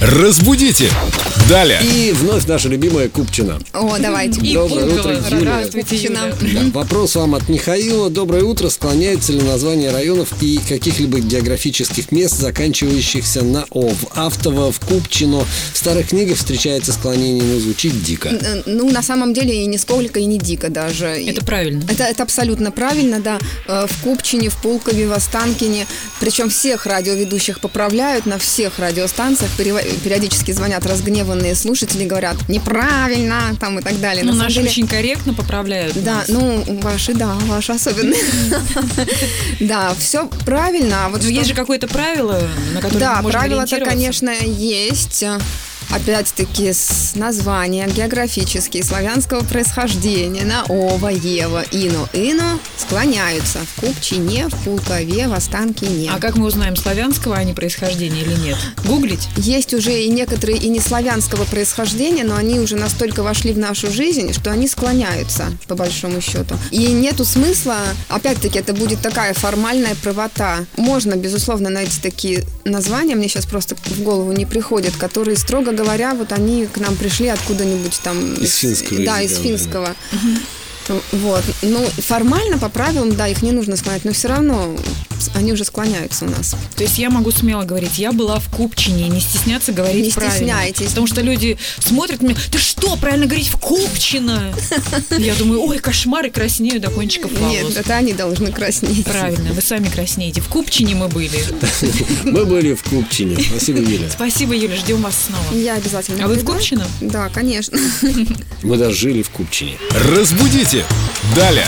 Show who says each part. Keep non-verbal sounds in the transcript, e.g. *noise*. Speaker 1: Разбудите! Далее.
Speaker 2: И вновь наша любимая Купчина.
Speaker 3: О, давайте.
Speaker 4: И
Speaker 2: Доброе
Speaker 4: Пулкова.
Speaker 2: утро, Юлия.
Speaker 4: Здравствуйте, Юля.
Speaker 3: Купчина.
Speaker 2: Да, Вопрос вам от Михаила. Доброе утро. Склоняются ли названия районов и каких-либо географических мест, заканчивающихся на О? В Автово, в Купчино. В старых книгах встречается склонение, но звучит
Speaker 3: *laughs*
Speaker 2: дико.
Speaker 3: Э, Ну, на самом деле, и нисколько, и не дико даже. И-
Speaker 4: Это правильно.
Speaker 3: Это, это абсолютно правильно, да. Э, В Купчине, в Пулкове, в Останкине. Причем всех радиоведущих поправляют на всех радиостанциях. пере- Периодически звонят разгневанные слушатели, говорят неправильно там и так далее. на
Speaker 4: Ну,
Speaker 3: самом
Speaker 4: наши
Speaker 3: деле,
Speaker 4: очень корректно поправляют.
Speaker 3: Да,
Speaker 4: нас.
Speaker 3: ну, ваши, да, ваши
Speaker 4: *laughs*
Speaker 3: особенные. Да, все правильно. а Вот
Speaker 4: Ну,
Speaker 3: что-
Speaker 4: есть же какое-то правило, на которое
Speaker 3: Да,
Speaker 4: мы можем
Speaker 3: правила-то,
Speaker 4: ориентироваться.
Speaker 3: конечно, есть. Опять-таки, с названия географические, славянского происхождения на Ова, Ева, Ину, Ину склоняются в Купчине, в Пулкове, в Останкине.
Speaker 4: А как мы узнаем, славянского они происхождения или нет? Гуглить?
Speaker 3: Есть уже и некоторые и не славянского происхождения, но они уже настолько вошли в нашу жизнь, что они склоняются, по большому счету. И нету смысла, опять-таки, это будет такая формальная правота. Можно, безусловно, найти такие названия, мне сейчас просто в голову не приходят, которые, строго говоря, вот они к нам пришли откуда-нибудь там...
Speaker 2: Из финского
Speaker 3: Да, из
Speaker 2: языка,
Speaker 3: финского. Вот. Ну, формально, по правилам, да, их не нужно склонять, но все равно они уже склоняются у нас.
Speaker 4: То есть я могу смело говорить, я была в Купчине, и не стесняться говорить
Speaker 3: Не
Speaker 4: правильно.
Speaker 3: стесняйтесь.
Speaker 4: Потому что люди смотрят на меня, ты что, правильно говорить в Купчино? Я думаю, ой, кошмар, и краснею до кончиков волос.
Speaker 3: Нет, это они должны краснеть.
Speaker 4: Правильно, вы сами краснеете. В Купчине мы были.
Speaker 2: Мы были в Купчине. Спасибо, Юлия.
Speaker 4: Спасибо, Юля, ждем вас снова.
Speaker 3: Я обязательно.
Speaker 4: А вы в
Speaker 3: приду.
Speaker 4: Купчино?
Speaker 3: Да, конечно.
Speaker 2: Мы даже жили в Купчине.
Speaker 1: Разбудите! Далее.